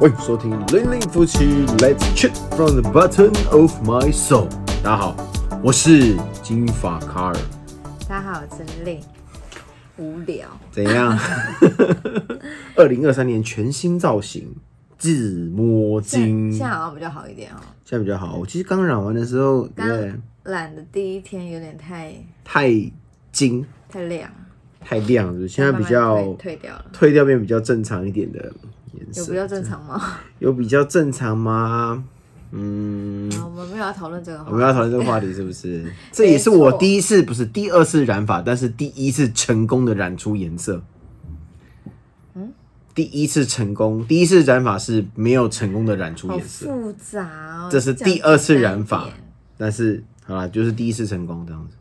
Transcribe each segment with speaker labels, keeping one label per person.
Speaker 1: 欢迎收听《零零夫妻 Let's Chat from the Bottom of My Soul》。大家好，我是金发卡尔。
Speaker 2: 大家好，我是令。无聊，
Speaker 1: 怎 样？二零二三年全新造型，自摸
Speaker 2: 现
Speaker 1: 金，
Speaker 2: 现在
Speaker 1: 现
Speaker 2: 好像比较好一点哦。
Speaker 1: 在比较好。我其实刚染完的时候，对不对
Speaker 2: 刚懒的第一天有点太
Speaker 1: 太金
Speaker 2: 太亮，
Speaker 1: 太亮了，现在比
Speaker 2: 慢慢
Speaker 1: 较
Speaker 2: 退退掉了，
Speaker 1: 退掉，变比较正常一点的颜
Speaker 2: 有
Speaker 1: 色
Speaker 2: 比。较正常吗？
Speaker 1: 有比较正常吗？嗯，
Speaker 2: 好我们没有要讨论这个话
Speaker 1: 我们要讨论这个话题是不 是？这也是我第一次，不是第二次染发，但是第一次成功的染出颜色。
Speaker 2: 嗯
Speaker 1: 第一次成功，第一次染发是没有成功的染出
Speaker 2: 好
Speaker 1: 颜色，
Speaker 2: 复杂哦。
Speaker 1: 这是
Speaker 2: 你讲
Speaker 1: 第二次染
Speaker 2: 简
Speaker 1: 发
Speaker 2: 单一点，
Speaker 1: 但是好啦，就是第一次成功这样子。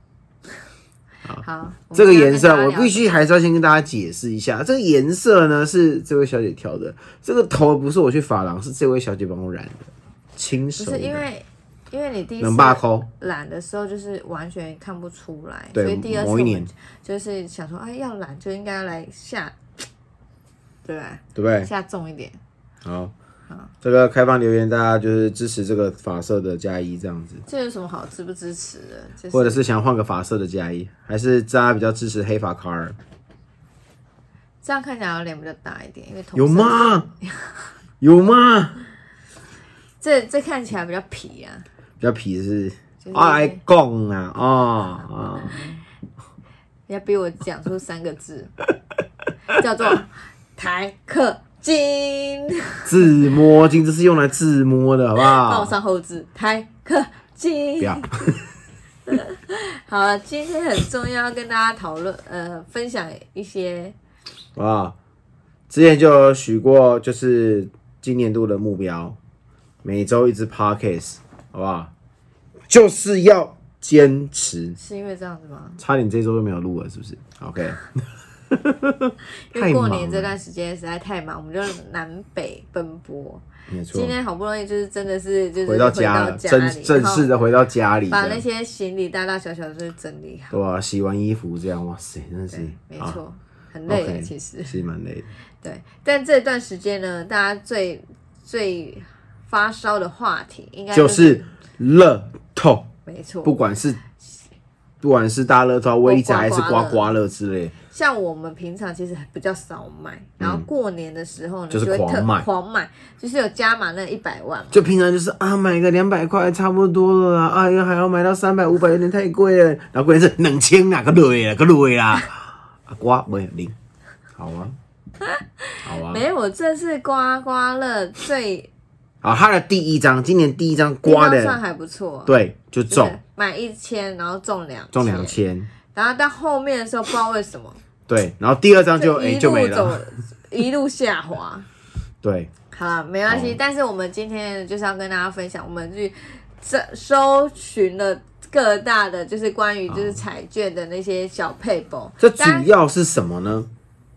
Speaker 2: 好，我们
Speaker 1: 这个
Speaker 2: 现在
Speaker 1: 颜色
Speaker 2: 跟大家
Speaker 1: 我
Speaker 2: 聊
Speaker 1: 必须还是要先跟大家解释一下，这个颜色呢是这位小姐挑的，这个头不是我去发廊，是这位小姐帮我染的，亲
Speaker 2: 不
Speaker 1: 手
Speaker 2: 是因
Speaker 1: 染。
Speaker 2: 为因为你第一次
Speaker 1: 冷霸抠，
Speaker 2: 懒的时候就是完全看不出来，所
Speaker 1: 对
Speaker 2: 以第二次
Speaker 1: 某一
Speaker 2: 我
Speaker 1: 年
Speaker 2: 们就是想说，哎，要懒就应该来下，对吧？
Speaker 1: 对不对？
Speaker 2: 下重一点，
Speaker 1: 好，这个开放留言，大家就是支持这个发色的加一这样子，
Speaker 2: 这有什么好支不支持的？就是
Speaker 1: 或者是想换个发色的加一，还是大家比较支持黑发卡尔？
Speaker 2: 这样看起来我脸比较大一点，因为同
Speaker 1: 有
Speaker 2: 色
Speaker 1: 吗？有吗？
Speaker 2: 这这看起来比较皮啊，
Speaker 1: 比较痞是
Speaker 2: 就是
Speaker 1: 啊，爱讲啊，哦啊，
Speaker 2: 要逼我讲出三 个字，叫做台客金，
Speaker 1: 啊自摸巾，这是用来自摸的，好不
Speaker 2: 帮
Speaker 1: 好？
Speaker 2: 我上后置，台客
Speaker 1: 不
Speaker 2: 金。
Speaker 1: 要，
Speaker 2: 好了，今天很重要，要跟大家讨论，呃，分享一些
Speaker 1: 好不好？之前就有许过，就是今年度的目标，每周一支 podcast，好不好？就是要坚持。
Speaker 2: 是因为这样子吗？
Speaker 1: 差点这周就没有录了，是不是？OK，
Speaker 2: 因
Speaker 1: 太
Speaker 2: 为过
Speaker 1: 忙
Speaker 2: 年这
Speaker 1: 了
Speaker 2: 段时间实在太忙，我们就南北奔波。
Speaker 1: 没错
Speaker 2: 今。天好不容易就是真的是就是
Speaker 1: 回
Speaker 2: 到
Speaker 1: 到家了，
Speaker 2: 家
Speaker 1: 正
Speaker 2: 里
Speaker 1: 正
Speaker 2: 然后
Speaker 1: 式的回到家里，
Speaker 2: 把那些行李大大小小都整理好。
Speaker 1: 对吧、洗完衣服这样，哇塞，真的是
Speaker 2: 对，没错，
Speaker 1: 啊、
Speaker 2: 很累耶
Speaker 1: OK
Speaker 2: 其实。
Speaker 1: 其实蛮累的。
Speaker 2: 对，但这段时间呢，大家最最发烧的话题应该、
Speaker 1: 就是是乐透，
Speaker 2: 没错，
Speaker 1: 不管是不管是大乐透、威力彩还是刮刮乐之类，
Speaker 2: 像我们平常其实比较少买，然后过年的时候呢、
Speaker 1: 嗯就是
Speaker 2: 会特
Speaker 1: 狂买
Speaker 2: 狂买，就是有加码那一百万嘛。
Speaker 1: 就平常就是啊，买个两百块差不多了啦，哎呀，还要买到三百、五百，有点太贵了。然后关键是冷清哪个累啊，个累啦， 啊，刮没有零，好啊，好啊，
Speaker 2: 没有，我这次刮刮乐 最
Speaker 1: 啊，他的第一张，今年第一张
Speaker 2: 第一
Speaker 1: 刮
Speaker 2: 张算
Speaker 1: 的，
Speaker 2: 还不错，
Speaker 1: 对，就
Speaker 2: 就是
Speaker 1: 中
Speaker 2: 买一千，然后中两
Speaker 1: 中两，千，
Speaker 2: 然后到后面的时候不知道为什么
Speaker 1: 对，然后第二张就哎、
Speaker 2: 一路
Speaker 1: 就没
Speaker 2: 走
Speaker 1: 了，
Speaker 2: 一路下滑。
Speaker 1: 对，
Speaker 2: 好啦，没关系。
Speaker 1: 哦
Speaker 2: 但是我们今天就是要跟大家分享，我们去搜搜寻了各大的就是关于就是彩券的那些小配博。
Speaker 1: 哦这主
Speaker 2: 大家
Speaker 1: 要是什么呢？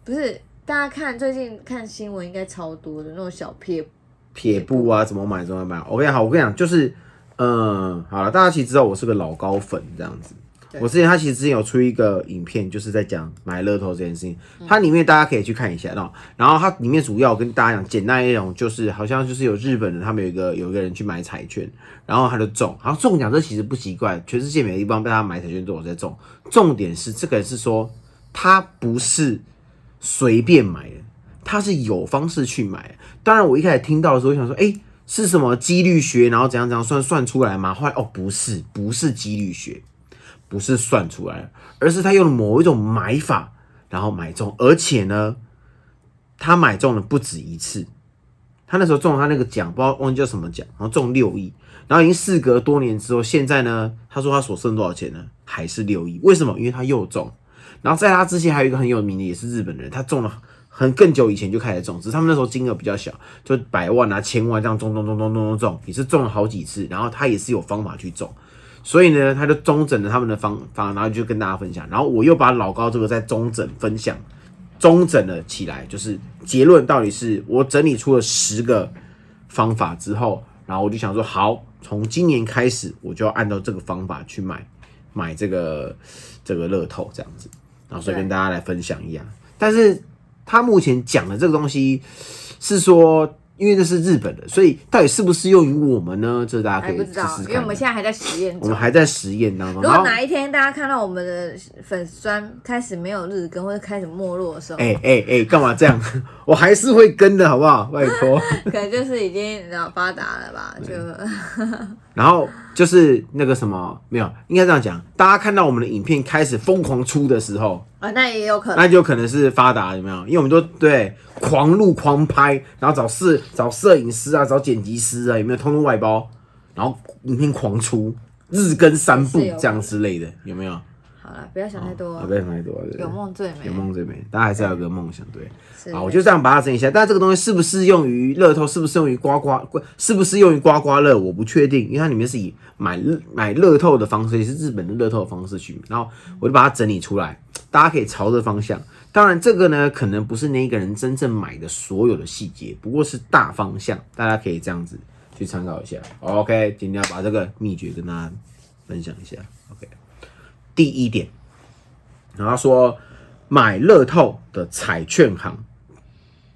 Speaker 2: 不是大家看最近看新闻应该超多的那种小撇
Speaker 1: 撇步啊，怎么买怎么买。OK，好，我跟你讲，就是，嗯，好了，大家其实知道我是个老高粉这样子。
Speaker 2: 对
Speaker 1: 我之前他其实之前有出一个影片，就是在讲买乐透这件事情，它里面大家可以去看一下。然后，然后它里面主要跟大家讲简单一种，就是好像就是有日本人，他们有一个有一个人去买彩券，然后他就中，然后中奖这其实不奇怪，全世界每个地方被他买彩券都有在中。重点是这个人是说他不是随便买的，他是有方式去买。当然，我一开始听到的时候，我想说，哎、是什么几率学，然后怎样怎样算算出来吗？后来哦，不是，不是几率学，不是算出来，而是他用了某一种买法，然后买中，而且呢，他买中了不止一次。他那时候中了他那个奖，不知道忘记叫什么奖，然后中六亿，然后已经事隔多年之后，现在呢，他说他所剩多少钱呢？还是六亿？为什么？因为他又中。然后在他之前还有一个很有名的，也是日本人，他中了很更久以前就开始中，只是他们那时候金额比较小，就百万啊、千万这样中中中中中中中，也是中了好几次。然后他也是有方法去中，所以呢，他就中整了他们的方方，然后就跟大家分享。然后我又把老高这个在中整分享，中整了起来，就是结论到底是我整理出了十个方法之后，然后我就想说，好，从今年开始我就要按照这个方法去买买这个这个乐透这样子，然后所以
Speaker 2: 对
Speaker 1: 跟大家来分享一样。但是他目前讲的这个东西是说因为那是日本的，所以到底适不适用于我们呢？这大家可
Speaker 2: 还
Speaker 1: 以
Speaker 2: 哎不知
Speaker 1: 试
Speaker 2: 道，
Speaker 1: 试
Speaker 2: 因为
Speaker 1: 看
Speaker 2: 我们。现在还在实验
Speaker 1: 我
Speaker 2: 中
Speaker 1: 们。还在实验当中。
Speaker 2: 如
Speaker 1: 然
Speaker 2: 果
Speaker 1: 后，
Speaker 2: 哪一天大家看到我们的粉酸开始没有日更或者开始没落的时候，
Speaker 1: 哎哎哎，干嘛这样？我还是会跟的，好不好？拜 托。
Speaker 2: 可能就是已经然后发达了吧，就
Speaker 1: 然后就是那个什么，没有，应该这样讲。大家看到我们的影片开始疯狂出的时候，
Speaker 2: 啊，那也有可能。
Speaker 1: 那就可能是发达，有没有？因为我们都对狂录狂拍，然后找摄找摄影师啊，找剪辑师啊，有没有？通通外包，然后影片狂出，日更三部
Speaker 2: 也是有哦
Speaker 1: 这样之类的，有没有？
Speaker 2: 好了，不要想太多
Speaker 1: 啊，，不要想太多，对
Speaker 2: 有梦最美
Speaker 1: 有。梦最美，大家还是要有个梦想，对。
Speaker 2: 是
Speaker 1: 好，我就这样把它整理一下。但这个东西适不适用于乐透，适不适用于刮刮，适不适用于刮刮乐，我不确定，因为它里面是以买乐买乐透的方式，也是日本的乐透的方式去。然后我就把它整理出来，大家可以朝着方向。当然，这个呢可能不是那一个人真正买的所有的细节，不过是大方向，大家可以这样子去参考一下。OK，今天要把这个秘诀跟大家分享一下。OK，第一点，然后说买乐透的彩券行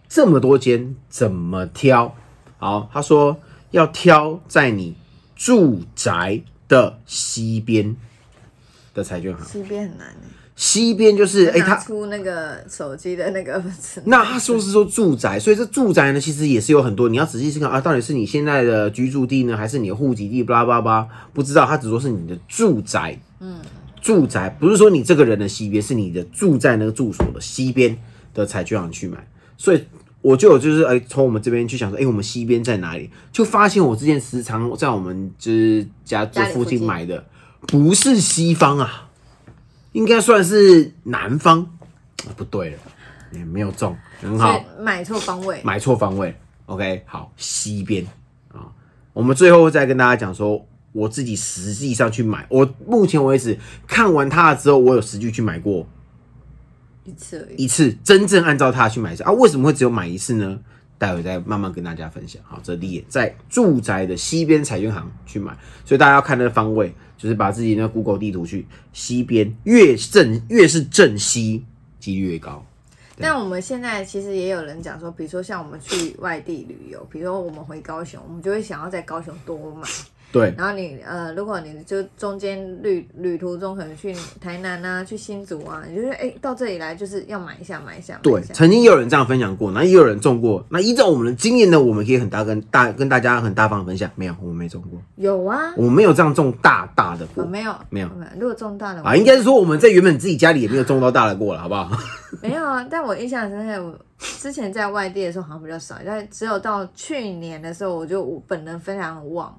Speaker 1: 这么多间怎么挑？好，他说要挑在你住宅的西边的彩券行，
Speaker 2: 西边很难欸，
Speaker 1: 西边就是哎、
Speaker 2: 要拿
Speaker 1: 他。嗯
Speaker 2: 出那个手机的那个
Speaker 1: 那他说是说住宅，所以这住宅呢，其实也是有很多，你要仔细去看啊，到底是你现在的居住地呢，还是你的户籍地，巴拉巴拉巴拉，不知道，他只说是你的住宅，嗯，住宅不是说你这个人的西边，是你的住在那个住所的西边的彩券行去买，所以。我就有就是哎，从我们这边去想说，哎、我们西边在哪里？就发现我之前时常在我们就是家这
Speaker 2: 家里
Speaker 1: 附
Speaker 2: 附
Speaker 1: 近
Speaker 2: 近
Speaker 1: 买的，不是西方啊，应该算是南方，啊不对了，也没有中，很好
Speaker 2: 所，以买错方位，
Speaker 1: 买错方位。OK，好，西边啊、我们最后再跟大家讲说，我自己实际上去买，我目前为止看完它了之后，我有实际去买过
Speaker 2: 一次而已。
Speaker 1: 一次，真正按照它去买一次啊。为什么会只有买一次呢？待会再慢慢跟大家分享。好，这是第一点，在住宅的西边彩券行去买，所以大家要看那个方位，就是把自己那 Google 地图去西边，越正越是正西，几率越高。
Speaker 2: 但我们现在其实也有人讲说，比如说像我们去外地旅游，比如说我们回高雄，我们就会想要在高雄多买。
Speaker 1: 对，
Speaker 2: 然后你呃，如果你就中间旅旅途中可能去台南啊，去新竹啊，你就是哎、到这里来就是要买一下买一下。买
Speaker 1: 对
Speaker 2: 一，下
Speaker 1: 曾经也有人这样分享过，那也有人中过。那依照我们的经验呢，我们可以很大跟大跟大家很大方地分享。没有，我们没中过，
Speaker 2: 有啊，
Speaker 1: 我们没有这样中大大的
Speaker 2: 我
Speaker 1: 过
Speaker 2: 没有
Speaker 1: 没有。
Speaker 2: 如果中大了
Speaker 1: 啊。应该是说我们在原本自己家里也没有中到大的过了，好不好？
Speaker 2: 没有啊，但我印象很深刻，我之前在外地的时候好像比较少，但只有到去年的时候，我就我本人非常旺。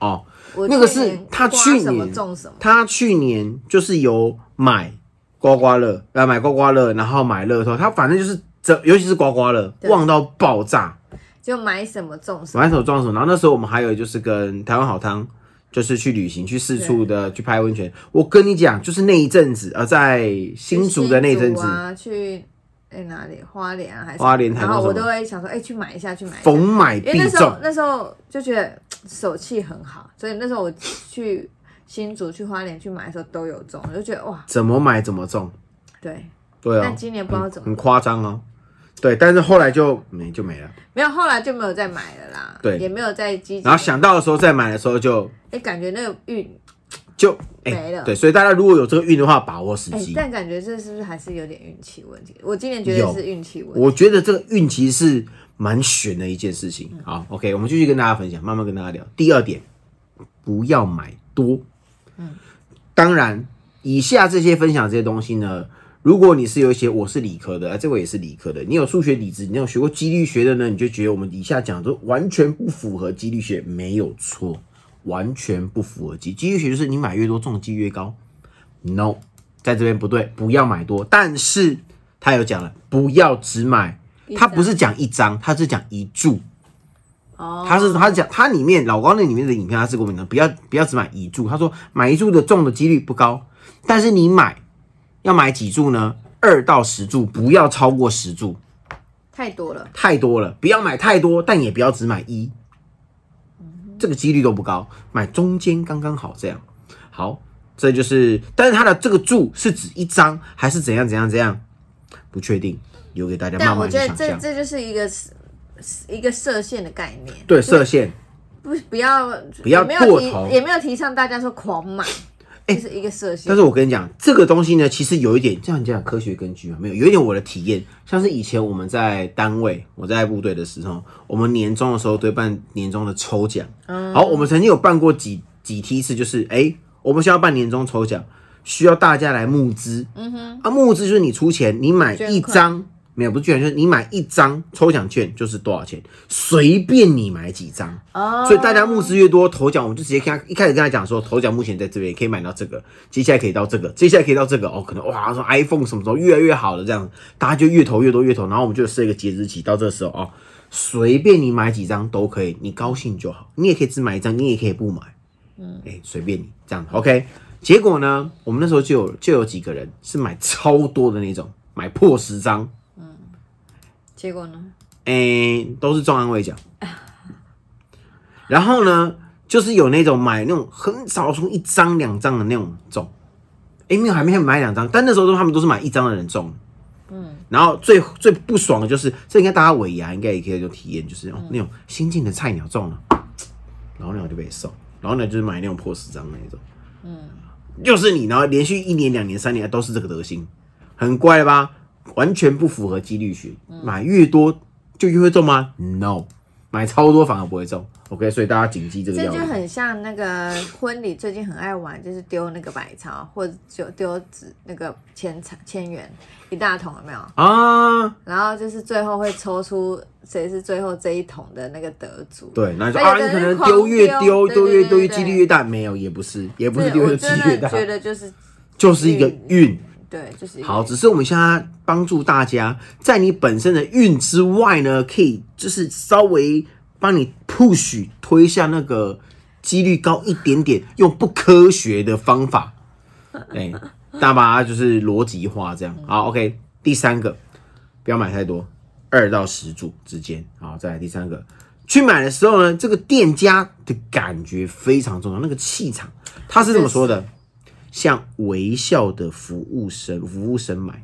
Speaker 1: 哦，
Speaker 2: 我
Speaker 1: 那个
Speaker 2: 去年
Speaker 1: 是他
Speaker 2: 刮
Speaker 1: 去
Speaker 2: 什么
Speaker 1: 年
Speaker 2: 中什么，
Speaker 1: 他去年就是有买刮刮乐，呃，买刮刮乐，然后买乐透，他反正就是这，尤其是刮刮乐，
Speaker 2: 对
Speaker 1: 旺到爆炸。
Speaker 2: 就买什么中什么。
Speaker 1: 买手撞手，然后那时候我们还有就是跟台湾好汤，就是去旅行，去四处的去拍温泉。我跟你讲，就是那一阵子，呃，在新竹的那一阵子
Speaker 2: 去新竹，啊，去哎哪里花莲啊还是
Speaker 1: 花莲台
Speaker 2: 然
Speaker 1: 东
Speaker 2: 后
Speaker 1: 什
Speaker 2: 我
Speaker 1: 么
Speaker 2: 都会想说，哎、去买一下，去买一下。
Speaker 1: 逢买
Speaker 2: 因
Speaker 1: 必
Speaker 2: 为哎那时候
Speaker 1: 中。
Speaker 2: 那时候就觉得手气很好，所以那时候我去新竹、去花莲去买的时候都有中，我就觉得哇，
Speaker 1: 怎么买怎么中，
Speaker 2: 对。
Speaker 1: 对
Speaker 2: 但
Speaker 1: 啊，
Speaker 2: 今年不知道怎么
Speaker 1: 很，夸张哦。对，但是后来就没就没了。
Speaker 2: 没有后来就没有再买了啦，
Speaker 1: 对
Speaker 2: 也没有再积极。
Speaker 1: 然后想到的时候再买的时候就
Speaker 2: 哎、感觉那个运，
Speaker 1: 就哎、
Speaker 2: 没了
Speaker 1: 对，所以大家如果有这个运的话，把握时
Speaker 2: 哎、
Speaker 1: 机。
Speaker 2: 但感觉这是不是还是有点运气问题？我今年觉得
Speaker 1: 有
Speaker 2: 是运气问题。
Speaker 1: 我觉得这个运气是蛮悬的一件事情。好，OK，我们继续跟大家分享，慢慢跟大家聊。第二点，不要买多。嗯，当然，以下这些分享这些东西呢，如果你是有一些我是理科的，啊，这位也是理科的，你有数学理智，你有学过几率学的呢，你就觉得我们以下讲的都完全不符合几率学，没有错，完全不符合几几率学，就是你买越多中的几率越高。No，在这边不对，不要买多。但是他有讲了，不要只买，
Speaker 2: 一
Speaker 1: 他
Speaker 2: 张
Speaker 1: 不是讲一张，他是讲一注。
Speaker 2: 哦，
Speaker 1: 他是他讲他里面老高那里面的影片，他是给我们的，不要不要只买一注。他说买一注的中的几率不高，但是你买要买几注呢？二到十注，不要超过十注，
Speaker 2: 太多了，
Speaker 1: 太多了，不要买太多，但也不要只买一，这个几率都不高，买中间刚刚好这样。好，这就是，但是它的这个注是指一张还是怎样怎样怎样，不确定，留给大家慢
Speaker 2: 但我
Speaker 1: 慢去
Speaker 2: 觉得
Speaker 1: 想
Speaker 2: 这
Speaker 1: 象。
Speaker 2: 这就是一个一个设限的概念，
Speaker 1: 对设限，
Speaker 2: 不不要
Speaker 1: 不要
Speaker 2: 也没有提
Speaker 1: 过头哎
Speaker 2: 也没有提倡大家说狂买，就是一个设限
Speaker 1: 但。是我跟你讲，这个东西呢，其实有一点，这样你讲科学根据吗？没有，有一点我的体验，像是以前我们在单位，我在部队的时候，我们年终的时候都会办年终的抽奖。嗯，好，我们曾经有办过几几梯次，就是哎、我们需要办年终抽奖，需要大家来募资。嗯哼，啊，募资就是你出钱，你买一
Speaker 2: 捐款
Speaker 1: 张。没有，不是券，就是你买一张抽奖券就是多少钱，随便你买几张。
Speaker 2: 哦
Speaker 1: 所以大家募资越多，头奖我们就直接跟他一开始跟他讲说，头奖目前在这边可以买到这个，接下来可以到这个，接下来可以到这个哦，可能哇，说 iPhone 什么时候越来越好了这样，大家就越投越多越投，然后我们就设一个截止期，到这个时候哦，随便你买几张都可以，你高兴就好，你也可以只买一张，你也可以不买，嗯，哎、随便你这样，OK。结果呢，我们那时候就有就有几个人是买超多的那种，买破十张，
Speaker 2: 结果呢？
Speaker 1: 哎、都是中安慰奖。然后呢，就是有那种买那种很少数一张两张的那种中，哎、没有还没有买两张，但那时候都他们都是买一张的人中。嗯，然后最最不爽的就是，这应该大家尾牙应该也可以有体验，就是、哦
Speaker 2: 嗯
Speaker 1: 那种新进的菜鸟中了，啊老鸟就被送，老鸟就是买那种破十张那一种，嗯，就是你，然后连续一年、两年、三年都是这个德行，很怪了吧？完全不符合几率学，
Speaker 2: 嗯
Speaker 1: 买越多就越会中吗？No，买超多反而不会中。OK，所以大家谨记这个
Speaker 2: 这
Speaker 1: 要
Speaker 2: 就
Speaker 1: 领。
Speaker 2: 很像那个婚礼，最近很爱玩，就是丢那个百钞或者就丢纸那个千钞千元一大桶，有没有？
Speaker 1: 啊，
Speaker 2: 然后就是最后会抽出谁是最后这一桶的那个得主。
Speaker 1: 对，那就
Speaker 2: 那
Speaker 1: 啊，
Speaker 2: 有
Speaker 1: 你
Speaker 2: 的
Speaker 1: 可
Speaker 2: 人
Speaker 1: 能
Speaker 2: 狂
Speaker 1: 丢越丢
Speaker 2: 丢对
Speaker 1: 丢
Speaker 2: 对
Speaker 1: 越
Speaker 2: 对
Speaker 1: 丢越
Speaker 2: 对
Speaker 1: 几率越大，没有，也不是，也不
Speaker 2: 这，
Speaker 1: 是丢
Speaker 2: 我
Speaker 1: 越几
Speaker 2: 真
Speaker 1: 率越大，
Speaker 2: 的觉得就是
Speaker 1: 就是一个运。
Speaker 2: 对，就是一个
Speaker 1: 好，只是我们现在帮助大家，在你本身的运之外呢，可以就是稍微帮你 push 推下那个几率高一点点，用不科学的方法，哎、大把就是逻辑化这样。好，OK，第三个，不要买太多，二到十组之间。好，再来第三个，去买的时候呢，这个店家的感觉非常重要，那个气场，他是这么说的。向微笑的服务生、服务生买，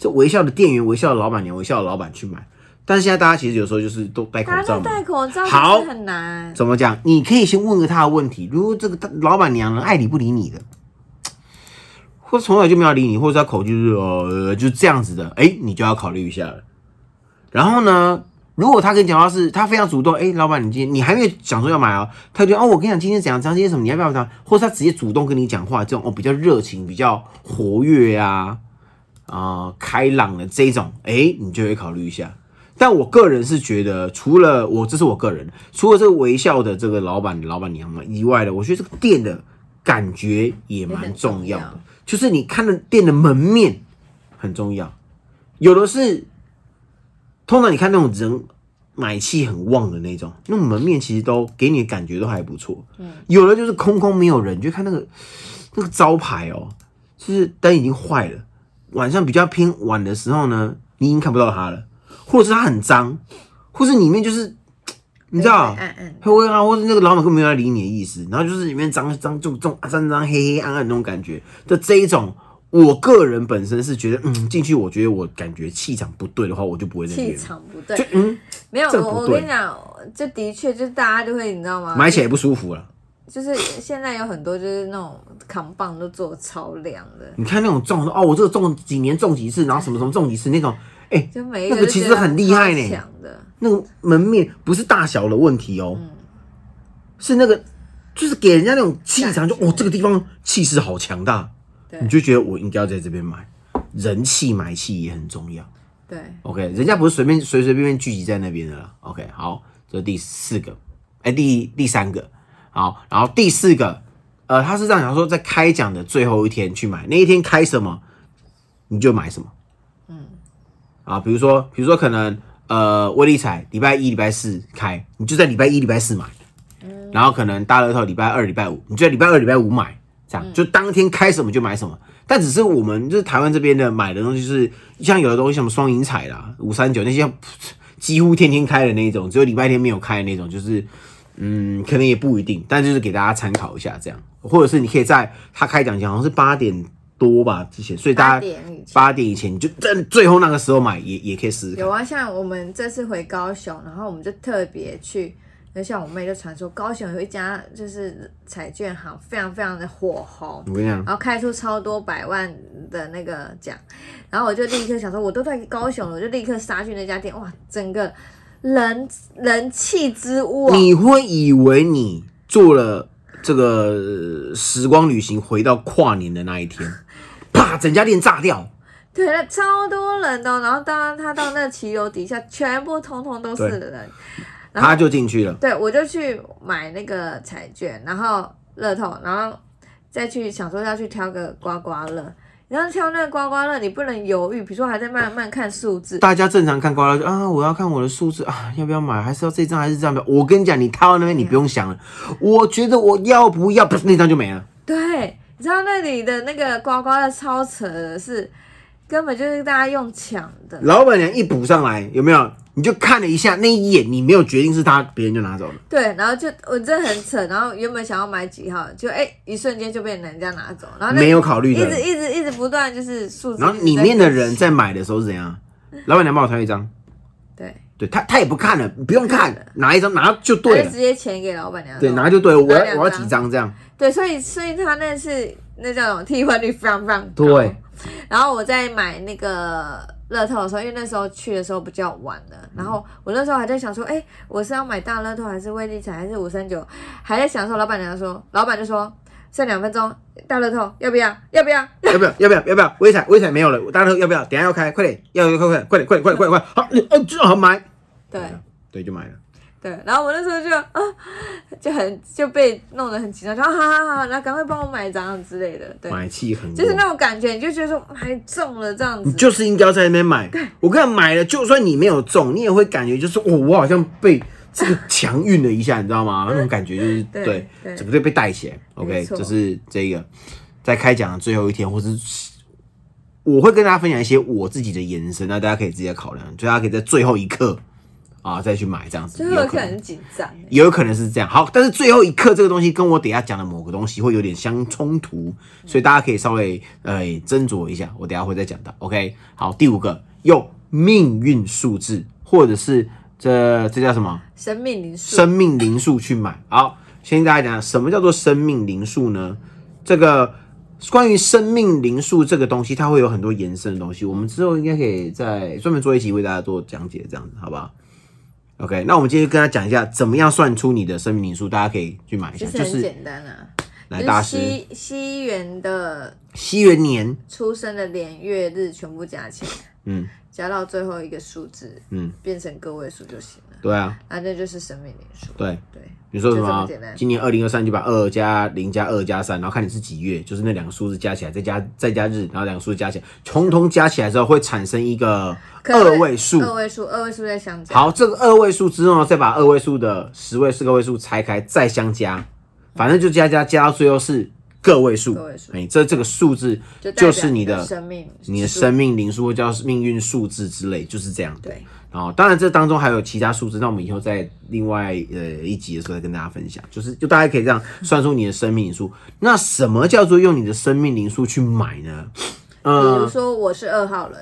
Speaker 1: 这微笑的店员、微笑的老板娘、微笑的老板去买。但是现在大家其实有时候就是都戴口
Speaker 2: 大家
Speaker 1: 罩
Speaker 2: 都
Speaker 1: 嘛，
Speaker 2: 戴口罩，
Speaker 1: 好
Speaker 2: 就是很难。
Speaker 1: 怎么讲？你可以先问个他的问题，如果这个大老板娘呢爱理不理你的，或从来就没有理你，或者他口气就是呃就这样子的，哎、你就要考虑一下了。然后呢，如果他跟你讲话是他非常主动，哎、老板，你今天你还没有讲说要买哦，他就觉得哦，我跟你讲今天怎样怎样，今天什么，你要不要怎样？或者他直接主动跟你讲话，这种哦比较热情、比较活跃啊，啊、开朗的这一种，哎、你就会考虑一下。但我个人是觉得，除了我这是我个人，除了这个微笑的这个老板、老板娘们以外的，我觉得这个店的感觉也蛮重要
Speaker 2: 也很重要
Speaker 1: 的，就是你看的店的门面很重要。有的是，通常你看那种人买气很旺的那种，那种门面其实都给你的感觉都还不错。嗯，有的就是空空没有人，你就看那个那个招牌哦，就是灯已经坏了。晚上比较偏晚的时候呢，你已经看不到它了，或者是它很脏，或是里面就是你知道
Speaker 2: 对哎暗暗
Speaker 1: 会会啊，或者那个老板根本没有要理你的意思，然后就是里面脏脏就重脏脏黑黑暗暗那种感觉的这一种。我个人本身是觉得，嗯，进去我觉得我感觉气场不对的话，我就不会在那
Speaker 2: 气
Speaker 1: 边
Speaker 2: 场不对
Speaker 1: 就，嗯
Speaker 2: 没有
Speaker 1: 这
Speaker 2: 我
Speaker 1: 不
Speaker 2: 我
Speaker 1: 对
Speaker 2: 跟你讲，就的确就是大家就会你知道吗？
Speaker 1: 买起来也不舒服啊了。
Speaker 2: 就是现在有很多就是那种扛棒都做超凉的，
Speaker 1: 你看那种中哦，我这个中几年中几次，然后什么什么中几次那种，哎、
Speaker 2: 就每一
Speaker 1: 那
Speaker 2: 个
Speaker 1: 个
Speaker 2: 都
Speaker 1: 其
Speaker 2: 觉
Speaker 1: 实
Speaker 2: 得
Speaker 1: 很厉害呢
Speaker 2: 超强的，
Speaker 1: 那个门面不是大小的问题哦，是那个就是给人家那种气场，就哦这个地方气势好强大，
Speaker 2: 对
Speaker 1: 你就觉得我应该要在这边买，人气买气也很重要。
Speaker 2: 对，
Speaker 1: OK，人家不是随便随随便便聚集在那边的啦。OK，好，这是第四个，哎、第第三个，好，然后第四个，呃，他是这样讲说，在开奖的最后一天去买，那一天开什么你就买什么，嗯，啊，比如说，比如说可能呃，威力彩礼拜一、礼拜四开，你就在礼拜一、礼拜四买，然后可能大乐透礼拜二、礼拜五，你就在礼拜二、礼拜五买，这样就当天开什么就买什么。但只是我们就是台湾这边的买的东西，就是像有的东西什么双赢彩啦、五三九那些，噗几乎天天开的那一种，只有礼拜天没有开的那种，就是嗯，可能也不一定，但就是给大家参考一下这样，或者是你可以在他开奖前好像是八点多吧之前，所以大家
Speaker 2: 八点以前。
Speaker 1: 八点以前你就在最后那个时候买也也可以试试看
Speaker 2: 有。啊，像我们这次回高雄，然后我们就特别去，就像我妹就传说高雄有一家就是彩券行非常非常的火红，
Speaker 1: 我跟你讲，
Speaker 2: 然后开出超多百万的那个奖，然后我就立刻想说，我都在高雄了，我就立刻杀去那家店，哇，整个人人气之屋、哦，
Speaker 1: 你会以为你做了这个呃时光旅行，回到跨年的那一 天，啪，整家店炸掉。
Speaker 2: 对，那超多人的哦、然后当他到那骑楼底下，全部通通都是人，然后
Speaker 1: 他就进去了，
Speaker 2: 对，我就去买那个彩券，然后乐透，然后再去想说要去挑个刮刮乐。然后挑那个刮刮乐，你不能犹豫，比如说还在慢慢看数字，
Speaker 1: 大家正常看刮刮乐就啊，我要看我的数字啊，要不要买？还是要这张还是这张？我跟你讲，你踏到那边你不用想了，我觉得我要不要，不是那张就没了。
Speaker 2: 对，你知道那里的那个刮刮乐超扯的是，根本就是大家用抢的，
Speaker 1: 老板娘一补上来，有没有？你就看了一下那一眼，你没有决定是他，别人就拿走了。
Speaker 2: 对，然后就我真的很扯，然后原本想要买几号，就哎、一瞬间就被人家拿走，啊然后那
Speaker 1: 没有考虑
Speaker 2: 一
Speaker 1: 的
Speaker 2: 直一直一直不断就是数字，
Speaker 1: 然后里面的人在买的时候是怎样？老板娘帮我挑一张，
Speaker 2: 对，
Speaker 1: 对他他也不看了，不用看，拿一张拿就对
Speaker 2: 他
Speaker 1: 了
Speaker 2: 就直，接钱给老板娘，
Speaker 1: 对拿就对了。我要
Speaker 2: 拿两张
Speaker 1: 我要几张这样？
Speaker 2: 对，所以所以他那是那叫什么替换率非常非常高。
Speaker 1: 对，
Speaker 2: 然后我在买那个乐透的时候，因为那时候去的时候比较晚了，然后
Speaker 1: 嗯
Speaker 2: 我那时候还在想说，哎、我是要买大乐透还是威力彩还是五三九，还在想说，老板娘说，老板就说剩两分钟，大乐透要不要？要不要？
Speaker 1: 要不要？要不要？要不要？微彩微彩没有了，大家都要不要？等一下要开，快点，要要快快快点快点快点快点！好，呃，这好买。
Speaker 2: 对
Speaker 1: 对，啊就买了。
Speaker 2: 对，然后我那时候就啊，就很就被弄得很紧张，说好啊好好好，那赶快帮我买一张之类的，对，
Speaker 1: 买气很
Speaker 2: 就是
Speaker 1: 旺
Speaker 2: 那种感觉，你就觉得说买中了这样子
Speaker 1: 你，就是应该要在那边买。我跟你讲，买了，就算你没有中，你也会感觉就是哦，我好像被这个强运了一下，你知道吗？那种感觉就是
Speaker 2: 对
Speaker 1: 对
Speaker 2: 对，
Speaker 1: 整个队被带起来。
Speaker 2: 没
Speaker 1: OK，
Speaker 2: 错
Speaker 1: 这是这个在开奖的最后一天，或是我会跟大家分享一些我自己的延伸，那大家可以自己考量，就大家可以在最后一刻啊再去买这样子。
Speaker 2: 最
Speaker 1: 也
Speaker 2: 后
Speaker 1: 有
Speaker 2: 一刻
Speaker 1: 可能
Speaker 2: 很紧张、欸
Speaker 1: 也有可能是这样。好，但是最后一刻这个东西跟我等一下讲的某个东西会有点相冲突，所以大家可以稍微呃斟酌一下，我等一下会再讲到。OK，好，第五个用命运数字或者是这这叫什么
Speaker 2: 生命灵数。
Speaker 1: 生命灵数去买。好，先跟大家讲什么叫做生命灵数呢？这个。关于生命灵数这个东西，它会有很多延伸的东西，我们之后应该可以再专门做一集为大家做讲解，这样子好不好？OK，那我们今天就跟大家讲一下怎么样算出你的生命灵数，大家可以去买一
Speaker 2: 其
Speaker 1: 下，
Speaker 2: 实
Speaker 1: 就
Speaker 2: 很
Speaker 1: 是
Speaker 2: 简单啊，
Speaker 1: 来
Speaker 2: 就
Speaker 1: 大
Speaker 2: 是
Speaker 1: 师
Speaker 2: 西西元的
Speaker 1: 西元年，
Speaker 2: 出生的年月日全部加起来，
Speaker 1: 嗯
Speaker 2: 加到最后一个数字，
Speaker 1: 嗯，
Speaker 2: 变成个位数就行了。
Speaker 1: 对啊，
Speaker 2: 啊，那就是生命灵数。
Speaker 1: 对，
Speaker 2: 对，
Speaker 1: 你说什
Speaker 2: 就这么
Speaker 1: 么
Speaker 2: 简单？
Speaker 1: 今年二零二三就把二加零加二加三，然后看你是几月，就是那两个数字加起来，再加再加日，然后两个数字加起来，通通加起来之后会产生一个
Speaker 2: 可能
Speaker 1: 二位数。
Speaker 2: 二位数，二位数再相加。
Speaker 1: 好，这个二位数之后呢，再把二位数的十位、四个位数拆开，再相加，反正就加加加到最后是个位数。
Speaker 2: 个位数
Speaker 1: 哎、这这个数字
Speaker 2: 就代表
Speaker 1: 就是你
Speaker 2: 的
Speaker 1: 的
Speaker 2: 生命数，
Speaker 1: 你的生命灵数或叫命运数字之类，就是这样。
Speaker 2: 对。
Speaker 1: 然后，当然这当中还有其他数字，那我们以后在另外呃一集的时候再跟大家分享。就是就大家可以这样算出你的生命灵数。那什么叫做用你的生命灵数去买呢？
Speaker 2: 比
Speaker 1: 呃，
Speaker 2: 如说我是二号人，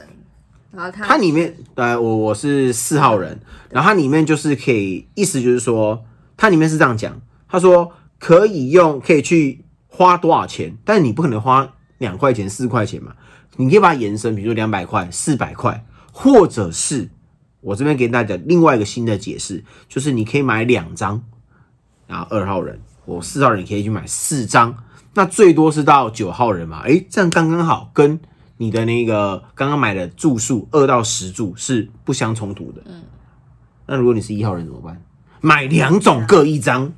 Speaker 2: 然后他
Speaker 1: 它里面，呃，我我是四号人，然后它里面就是可以，意思就是说，它里面是这样讲，他说可以用，可以去花多少钱，但你不可能花两块钱、四块钱嘛，你可以把它延伸，比如说两百块、四百块，或者是我这边给大家另外一个新的解释，就是你可以买两张，然后啊二号人，我四号人可以去买四张，那最多是到九号人嘛，诶、这样刚刚好跟。你的那个刚刚买的住宿二到十住是不相冲突的。嗯，那如果你是一号人怎么办？买两种各一张，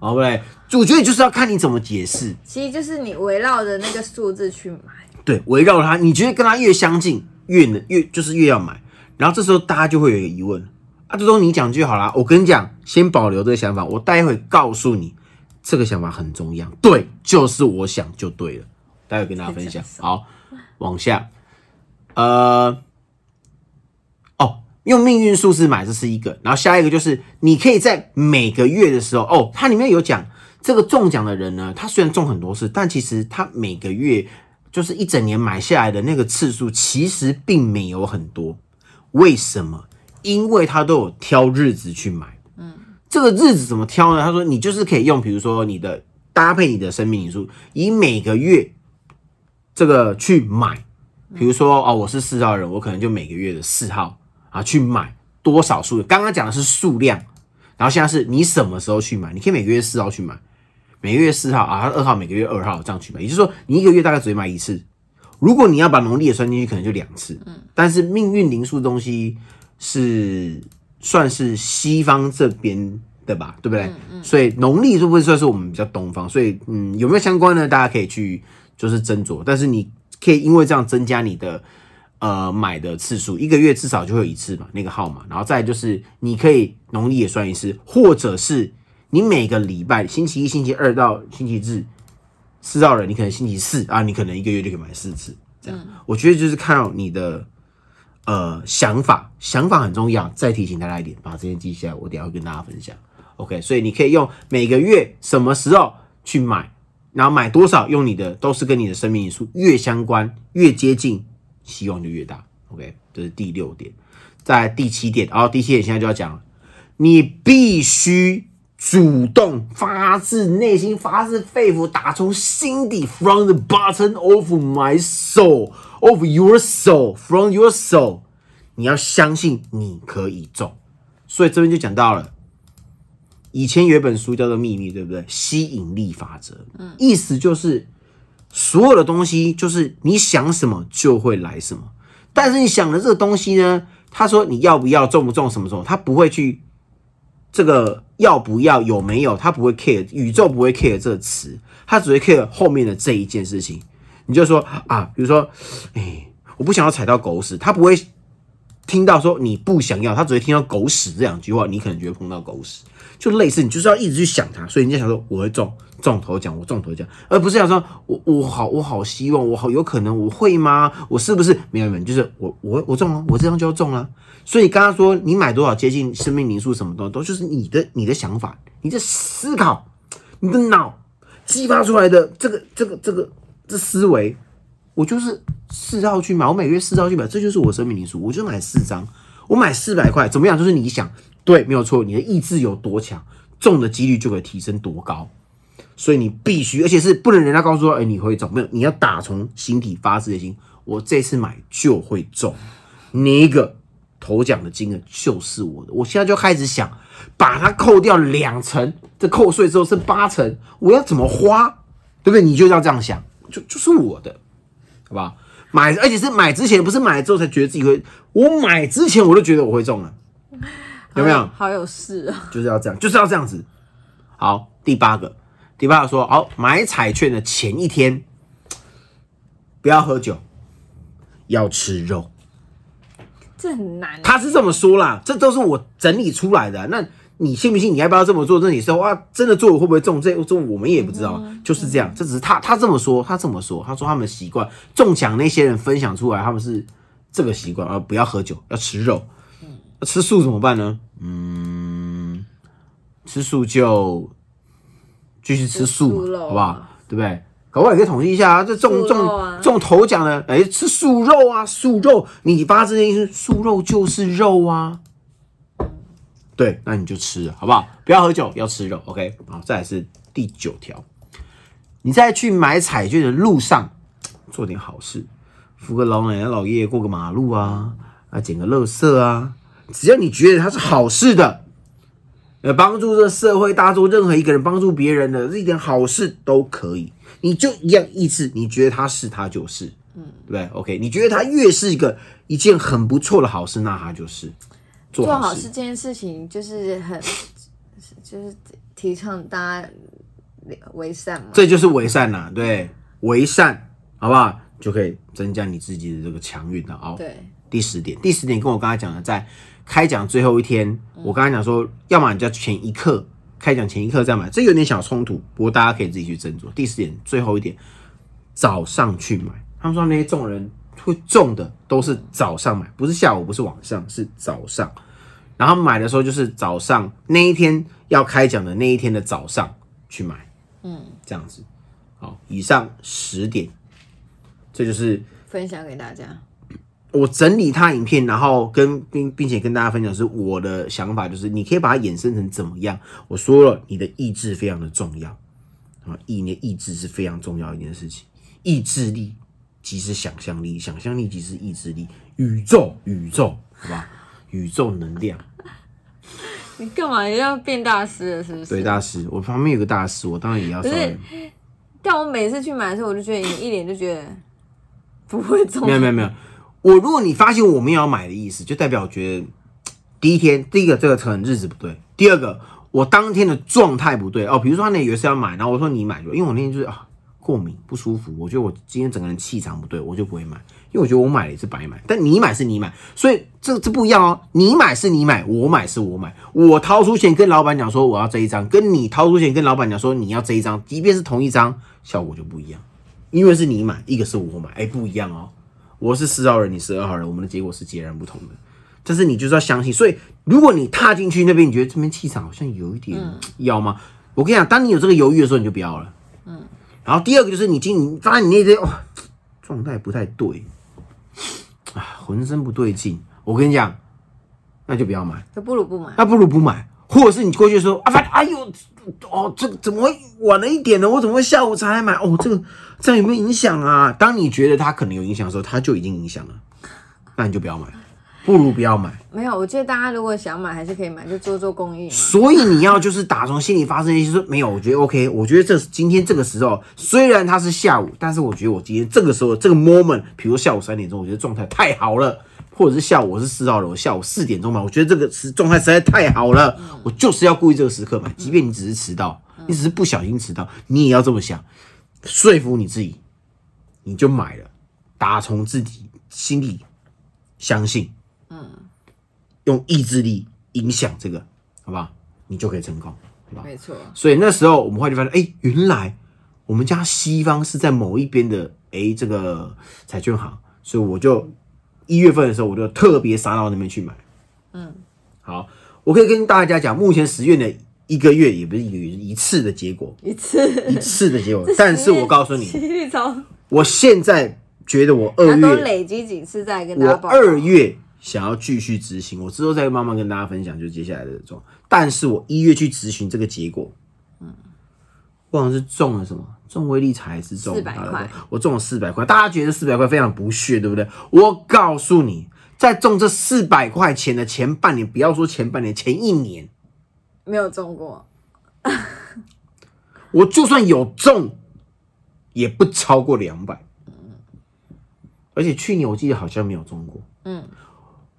Speaker 1: 好不对？我觉得就是要看你怎么解释。
Speaker 2: 其实就是你围绕着那个数字去买，
Speaker 1: 对，围绕它，你觉得跟它越相近，越能越就是越要买。然后这时候大家就会有一个疑问啊，这都你讲就好啦。我跟你讲，先保留这个想法，我待会告诉你，这个想法很重要。对，就是我想就对了。待会跟大家分享。好，往下，呃，哦，用命运数字买这是一个，然后下一个就是你可以在每个月的时候，哦，它里面有讲这个中奖的人呢，他虽然中很多次，但其实他每个月就是一整年买下来的那个次数其实并没有很多。为什么？因为他都有挑日子去买。嗯，这个日子怎么挑呢？他说你就是可以用，比如说你的搭配你的生命因素，以每个月这个去买。比如说哦，我是四号人，我可能就每个月的四号啊去买多少数。刚刚讲的是数量，然后现在是你什么时候去买？你可以每个月四号去买，每个月四号啊，二号每个月二号这样去买。也就是说，你一个月大概只会买一次。如果你要把农历也算进去，可能就两次。嗯，但是命运灵数东西是算是西方这边的吧，对不对？所以农历会不会算是我们比较东方？所以嗯，有没有相关呢？大家可以去就是斟酌。但是你可以因为这样增加你的呃买的次数，一个月至少就会有一次嘛，那个号码。然后再来就是你可以农历也算一次，或者是你每个礼拜星期一、星期二到星期日四到人，你可能星期四啊，你可能一个月就可以买四次。这样，我觉得就是看到你的呃想法，想法很重要。再提醒大家一点，把这些记下来，我等一下会跟大家分享。OK，所以你可以用每个月什么时候去买，然后买多少，用你的都是跟你的生命因素越相关越接近，希望就越大。OK，这是第六点。在第七点，然、后第七点现在就要讲了，你必须主动、发自内心、发自肺腑、打从心底，from the bottom of my soul, of your soul, from your soul，你要相信你可以中。所以这边就讲到了。以前有一本书叫做《秘密》，对不对？吸引力法则，嗯，意思就是所有的东西就是你想什么就会来什么。但是你想的这个东西呢，他说你要不要中不中什么什么，他不会去这个要不要有没有，他不会 care，宇宙不会 care 这个词，他只会 care 后面的这一件事情。你就说啊，比如说，哎、我不想要踩到狗屎，他不会听到说你不想要，他只会听到狗屎这两句话，你可能就会碰到狗屎，就类似你就是要一直去想它，所以你就想说我会中中头奖，我中头奖，而不是想说我我好我好希望我好有可能我会吗？我是不是没有没有，就是我我我中了，我这样就要中了。所以你刚刚说你买多少接近生命灵数什么的都就是你的你的想法，你的思考，你的脑激发出来的这个这个这个这思维，我就是四号去买，我每月四号去买，这就是我生命灵数，我就买四张，我买四百块，怎么样？就是你想，对，没有错，你的意志有多强，中的几率就可以提升多高。所以你必须，而且是不能人家告诉说，哎、你会中，没有，你要打从心底发自内心，我这次买就会中，那个头奖的金额就是我的，我现在就开始想，把它扣掉两成，这扣税之后剩八成，我要怎么花，对不对？你就要这样想，就就是我的。好不好？买，而且是买之前，不是买了之后才觉得自己会。我买之前我都觉得我会中了，有没有？
Speaker 2: 好有事啊！
Speaker 1: 就是要这样，就是要这样子。好，第八个，第八个说，好，买彩券的前一天不要喝酒，要吃肉。
Speaker 2: 这很难。
Speaker 1: 他是这么说啦，这都是我整理出来的啊。那你信不信？你要不要这么做？这你说哇，真的做我会不会中？这这我们也不知
Speaker 2: 嗯
Speaker 1: 道，就是这样。这只是他他这么说，他这么说，他说他们的习惯中奖那些人分享出来，他们是这个习惯，而啊不要喝酒，要吃肉。
Speaker 2: 嗯
Speaker 1: 那吃素怎么办呢？嗯，吃素就继续吃素嘛，
Speaker 2: 吃素肉啊
Speaker 1: 好不好？对不对？搞不好也可以统计一下啊，这中
Speaker 2: 素
Speaker 1: 中
Speaker 2: 肉啊
Speaker 1: 中头奖的，哎，吃素肉啊，素肉，你发自内心，素肉就是肉啊。对，那你就吃了，好不好？不要喝酒，要吃肉，OK。好，再来是第九条，你在去买彩券的路上做点好事，扶个老奶奶老爷爷过个马路啊，啊捡个垃圾啊，只要你觉得它是好事的，呃，帮助这社会大众任何一个人，帮助别人的这一点好事都可以，你就一样意志，你觉得它是它就是，嗯，对不对？OK，你觉得它越是一个一件很不错的好事，那它就是做
Speaker 2: 做
Speaker 1: 好
Speaker 2: 好
Speaker 1: 事
Speaker 2: 事。这件事情就是很，就是提倡大家为善嘛。
Speaker 1: 这就是为善啦、对，为善，好不好？就可以增加你自己的这个强运了。好，
Speaker 2: 对，
Speaker 1: 第十点，第十点跟我刚才讲的，在开奖最后一天，我刚才讲说，要么你就前一刻开奖前一刻再买，这有点小冲突，不过大家可以自己去斟酌。第十点，最后一点，早上去买。他们说那些中人会中的都是早上买，不是下午，不是晚上，是早上。然后买的时候就是早上那一天要开奖的那一天的早上去买，嗯，这样子。好，以上十点，这就是
Speaker 2: 分享给大家。
Speaker 1: 我整理他影片，然后跟并并且跟大家分享是我的想法，就是你可以把它衍生成怎么样？我说了，你的意志非常的重要啊，意念意志是非常重要一件事情，意志力即是想象力，想象力即是意志力，宇宙宇宙，好吧，宇宙能量。
Speaker 2: 你干嘛要变大师了？是不是？
Speaker 1: 对，大师，我旁边有个大师，我当然也要稍微。
Speaker 2: 但我每次去买的时候，我就觉得你一脸就觉得不会中
Speaker 1: 没。有没有没有，我如果你发现我没有要买的意思，就代表我觉得第一天，第一个这个可能日子不对，第二个我当天的状态不对哦。比如说他那以为是要买，然后我说你买吧，因为我那天就是啊过敏不舒服，我觉得我今天整个人气场不对，我就不会买，因为我觉得我买了也是白买。但你买是你买，所以这这不一样哦。你买是你买，我买是我买，我掏出钱跟老板讲说我要这一张，跟你掏出钱跟老板讲说你要这一张，即便是同一张，效果就不一样。因为是你买，一个是我买，哎、不一样哦。我是四号人，你是二号人，我们的结果是截然不同的。但是你就是要相信，所以如果你踏进去那边，你觉得这边气场好像有一点要吗？我跟你讲，当你有这个犹豫的时候，你就不要了。嗯。然后第二个就是你进，你发现你那天哇状态不太对，啊，浑身不对劲。我跟你讲，那就不要买。
Speaker 2: 就不如不买。
Speaker 1: 那啊不如不买，或者是你过去说啊，反正哎呦，哦，这个怎么会晚了一点呢？我怎么会下午才来买？哦，这个这样有没有影响啊？当你觉得它可能有影响的时候，它就已经影响了，那你就不要买，不如不要买。
Speaker 2: 没有，我觉得大家如果想买，还是可以买，就做做公益嘛。
Speaker 1: 所以你要就是打从心里发生一些说没有，我觉得 OK，我觉得这今天这个时候虽然它是下午，但是我觉得我今天这个时候这个 moment，比如下午三点钟，我觉得状态太好了，或者是下午我是四号人，我下午四点钟买，我觉得这个时状态实在太好了，我就是要故意这个时刻买，即便你只是迟到，你只是不小心迟到，你也要这么想，说服你自己，你就买了，打从自己心里相信，用意志力影响这个，好不好？你就可以成功，好不好？
Speaker 2: 没错，
Speaker 1: 所以那时候我们后来就发现，哎、原来我们家西方是在某一边的，哎、这个彩券行，所以我就一月份的时候，我就特别杀到那边去买。嗯，好，我可以跟大家讲，目前十月的一个月也不是一个月，一次的结果，
Speaker 2: 一次。
Speaker 1: 一次的结果。但是我告诉
Speaker 2: 几
Speaker 1: 你，
Speaker 2: 率超，
Speaker 1: 我现在觉得我二
Speaker 2: 他都
Speaker 1: 月
Speaker 2: 累积几次再跟大
Speaker 1: 我
Speaker 2: 家报告。
Speaker 1: 二月想要继续执行，我之后再慢慢跟大家分享，就接下来的状。但是我一月去执行这个结果，嗯，我好像是中了什么，中威力彩还是中
Speaker 2: 400
Speaker 1: 大家
Speaker 2: 块
Speaker 1: 我中了四百块，大家觉得四百块非常不屑，对不对？我告诉你，在中这四百块钱的前半年，不要说前半年，前一年，
Speaker 2: 没有中过，
Speaker 1: 我就算有中，也不超过两百。而且去年我记得好像没有中过。
Speaker 2: 嗯，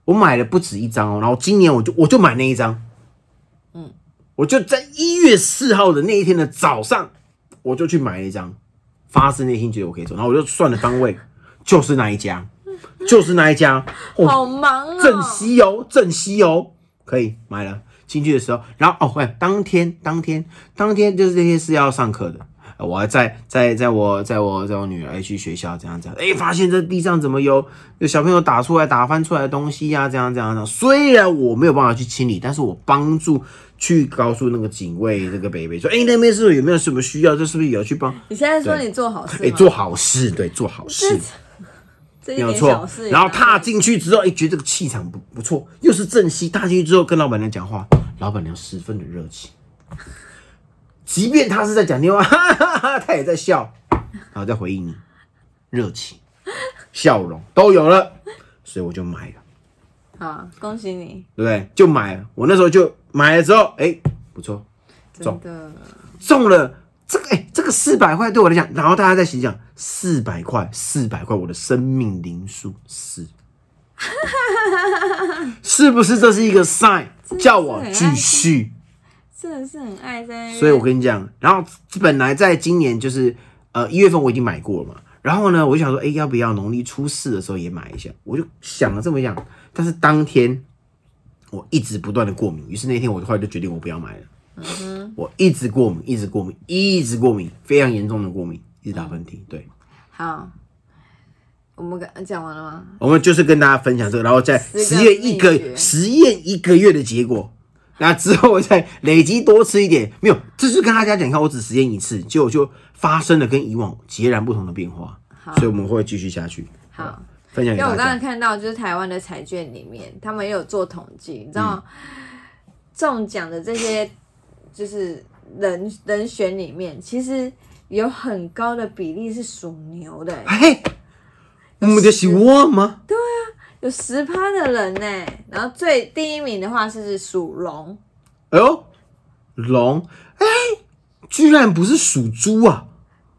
Speaker 1: 我买了不止一张哦，然后今年我就我就买那一张，
Speaker 2: 嗯，
Speaker 1: 我就在一月四号的那一天的早上，我就去买了一张，发自内心觉得我可以中，然后我就算了方位，就是那一家，就是那一家，哦，
Speaker 2: 好忙哦。
Speaker 1: 正西哦，正西哦，可以买了。进去的时候，然后哦，喂，当天当天当天就是这些是要上课的。呃我还在在在我在我在我女儿哎去学校这样这样，哎，发现这地上怎么有有小朋友打出来打翻出来的东西呀、这样这样这样。虽然我没有办法去清理，但是我帮助去告诉那个警卫这个北北说，哎，那边是不是有没有什么需要？这是不是也要去帮？
Speaker 2: 你现在说
Speaker 1: 对
Speaker 2: 你做好事
Speaker 1: 哎，
Speaker 2: 吗？
Speaker 1: 做好事，对，做好事。
Speaker 2: 这一
Speaker 1: 没有
Speaker 2: 点
Speaker 1: 错
Speaker 2: 小事。也
Speaker 1: 然后
Speaker 2: 拿
Speaker 1: 踏进去之后，哎、觉得这个气场不不错，又是正西。踏进去之后，跟老板娘讲话，老板娘十分的热情，即便她是在讲电话， 哈哈哈，她也在笑，然后再回应你，热情、笑容都有了，所以我就买了，
Speaker 2: 好，恭喜你，
Speaker 1: 对不对？就买了。我那时候就买了之后，哎、不错，中
Speaker 2: 真的
Speaker 1: 中了这个，哎、这个四百块对我来讲，然后大家在心想，四百块，四百块，我的生命灵数 四，是不是这是一个 sign，
Speaker 2: 真的是
Speaker 1: 叫我继续？
Speaker 2: 真的是很爱在那边。
Speaker 1: 所以我跟你讲，然后本来在今年就是呃一月份我已经买过了嘛，然后呢，我就想说，哎、要不要农历初四的时候也买一下？我就想了这么想，但是当天我一直不断的过敏，于是那天我后来就决定我不要买了。我一直过敏，一直过敏，一直过敏，非常严重的过敏，一直打喷嚏。对，
Speaker 2: 好，我们刚讲完了吗？
Speaker 1: 我们就是跟大家分享这个，然后在
Speaker 2: 十个
Speaker 1: 实验一
Speaker 2: 秘
Speaker 1: 个
Speaker 2: 诀
Speaker 1: 实验一个月的结果，那之后再累积多吃一点。没有，这是跟大家讲，你看我只实验一次，结果就发生了跟以往截然不同的变化。
Speaker 2: 好
Speaker 1: 所以我们会继续下去
Speaker 2: 好。
Speaker 1: 分享
Speaker 2: 因
Speaker 1: 给
Speaker 2: 为我
Speaker 1: 大
Speaker 2: 刚才
Speaker 1: 家。
Speaker 2: 看到，就是台湾的彩券里面，他们也有做统计，你知道、
Speaker 1: 嗯
Speaker 2: 中奖的这些就是人人选里面，其实有很高的比例是属牛的、欸，
Speaker 1: 哎，我们就是我吗？
Speaker 2: 有十趴的人呢、然后最第一名的话是属龙，
Speaker 1: 哎呦，龙，哎，居然不是属猪啊！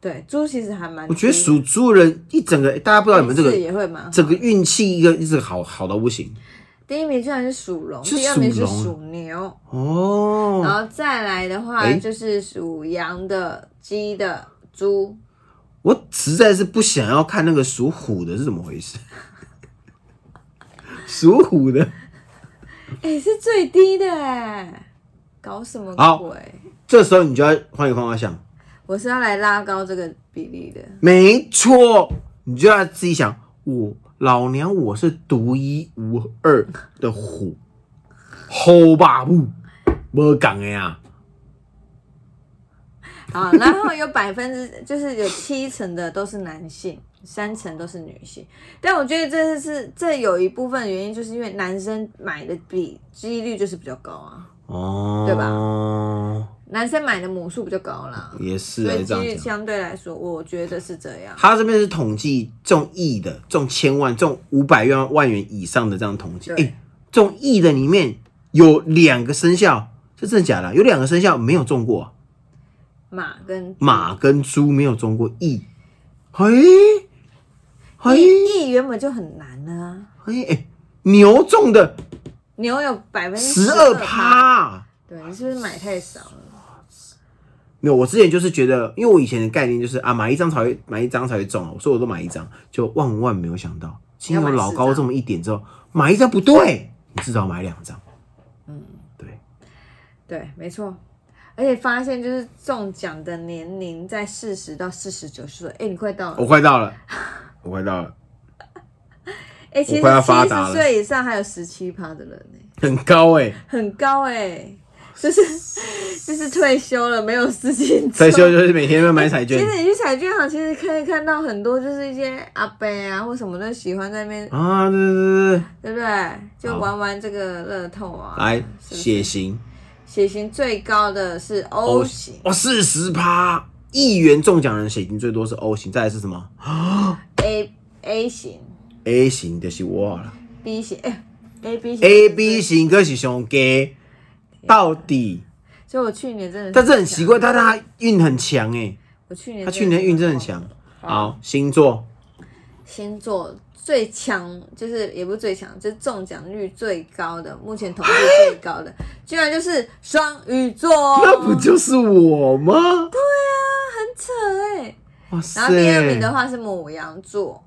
Speaker 2: 对，猪其实还蛮低的，
Speaker 1: 我觉得属猪的人一整个，大家不知道你们这个
Speaker 2: 运势也会蛮好
Speaker 1: 整个运气一个一直好好到不行
Speaker 2: 第一名居然是属龙，
Speaker 1: 是
Speaker 2: 第二名
Speaker 1: 属
Speaker 2: 是
Speaker 1: 龙啊
Speaker 2: 属牛，然
Speaker 1: 哦。
Speaker 2: 后再来的话
Speaker 1: 诶
Speaker 2: 就是属羊的、鸡的、猪。
Speaker 1: 我实在是不想要看那个属虎的是怎么回事， 属虎的。
Speaker 2: 哎、是最低的哎，搞什么
Speaker 1: 好
Speaker 2: 鬼？
Speaker 1: 这时候你就要换一个方向想，
Speaker 2: 我是要来拉高这个比例的。
Speaker 1: 没错，你就要自己想，我老娘我是独一无二的虎，吼吧不，我讲的呀，
Speaker 2: 好，然后有百分之就是有七成的都是男性，三成都是女性。但我觉得这是这有一部分原因，就是因为男生买的比几率就是比较高啊，
Speaker 1: 哦，
Speaker 2: 对
Speaker 1: 吧？
Speaker 2: 男生买的母数比较高啦，
Speaker 1: 也是
Speaker 2: 所
Speaker 1: 啊，
Speaker 2: 以
Speaker 1: 这
Speaker 2: 几率
Speaker 1: 样讲。
Speaker 2: 相对来说，我觉得是这样。
Speaker 1: 他这边是统计中亿的、中千万、中五百万万元以上的这样统计。
Speaker 2: 对
Speaker 1: 哎，中亿的里面有两个生肖，这真的假的啊？有两个生肖没有中过啊、
Speaker 2: 马跟猪
Speaker 1: 马跟猪没有中过亿，嘿，嘿，
Speaker 2: 亿亿原本就很难啊，
Speaker 1: 嘿，哎牛中的
Speaker 2: 牛有百分之
Speaker 1: 十二，趴，啊
Speaker 2: 对你是不是买太少了？
Speaker 1: 没有。我之前就是觉得，因为我以前的概念就是啊，买一张才会买一张才会中啊，我说我都买一张，就万万没有想到，经
Speaker 2: 要
Speaker 1: 由
Speaker 2: 买
Speaker 1: 老
Speaker 2: 四
Speaker 1: 高
Speaker 2: 张
Speaker 1: 这么一点之后，买一张不对，你至少买两张。嗯，对，
Speaker 2: 对，没错。而且发现就是中奖的年龄在四十到四十九岁，哎、你快到了
Speaker 1: 我，快到了，我快到了，
Speaker 2: 哎、其
Speaker 1: 我
Speaker 2: 实
Speaker 1: 快要发
Speaker 2: 七
Speaker 1: 达
Speaker 2: 十
Speaker 1: 了
Speaker 2: 岁以上还有十七趴的人呢、
Speaker 1: 很高 哎、
Speaker 2: 很高哎、就是 就是退休了没有事情做
Speaker 1: 退休。就是每天都买彩
Speaker 2: 其
Speaker 1: 券
Speaker 2: 实你去彩券行，其实可以看到很多就是一些阿伯啊或什么都喜欢在那边，
Speaker 1: 啊，对对对对，
Speaker 2: 对不对？就
Speaker 1: 好
Speaker 2: 玩玩这个乐透啊。
Speaker 1: 来
Speaker 2: 是不是
Speaker 1: 血型。
Speaker 2: 血型最高的是 O 型，
Speaker 1: 哦，四十趴，亿元中奖人血型最多是 O 型，再来是什么
Speaker 2: A A 型、
Speaker 1: ？A 型就是我了
Speaker 2: B 型，哎、a B 型
Speaker 1: ，A B 型可是上低，到底，
Speaker 2: 所以我去年真的，
Speaker 1: 但是很奇，怪，他他运很强哎，
Speaker 2: 我去年
Speaker 1: 他去年运真的很。强。好，星座
Speaker 2: 星座最强就是也不是最强，就是中奖率最高的，目前统计最高 的，居然就是双鱼座哦，
Speaker 1: 那不就是我吗？
Speaker 2: 很扯哎、
Speaker 1: 哇
Speaker 2: 然后第二名的
Speaker 1: 塞，
Speaker 2: 话是母羊座，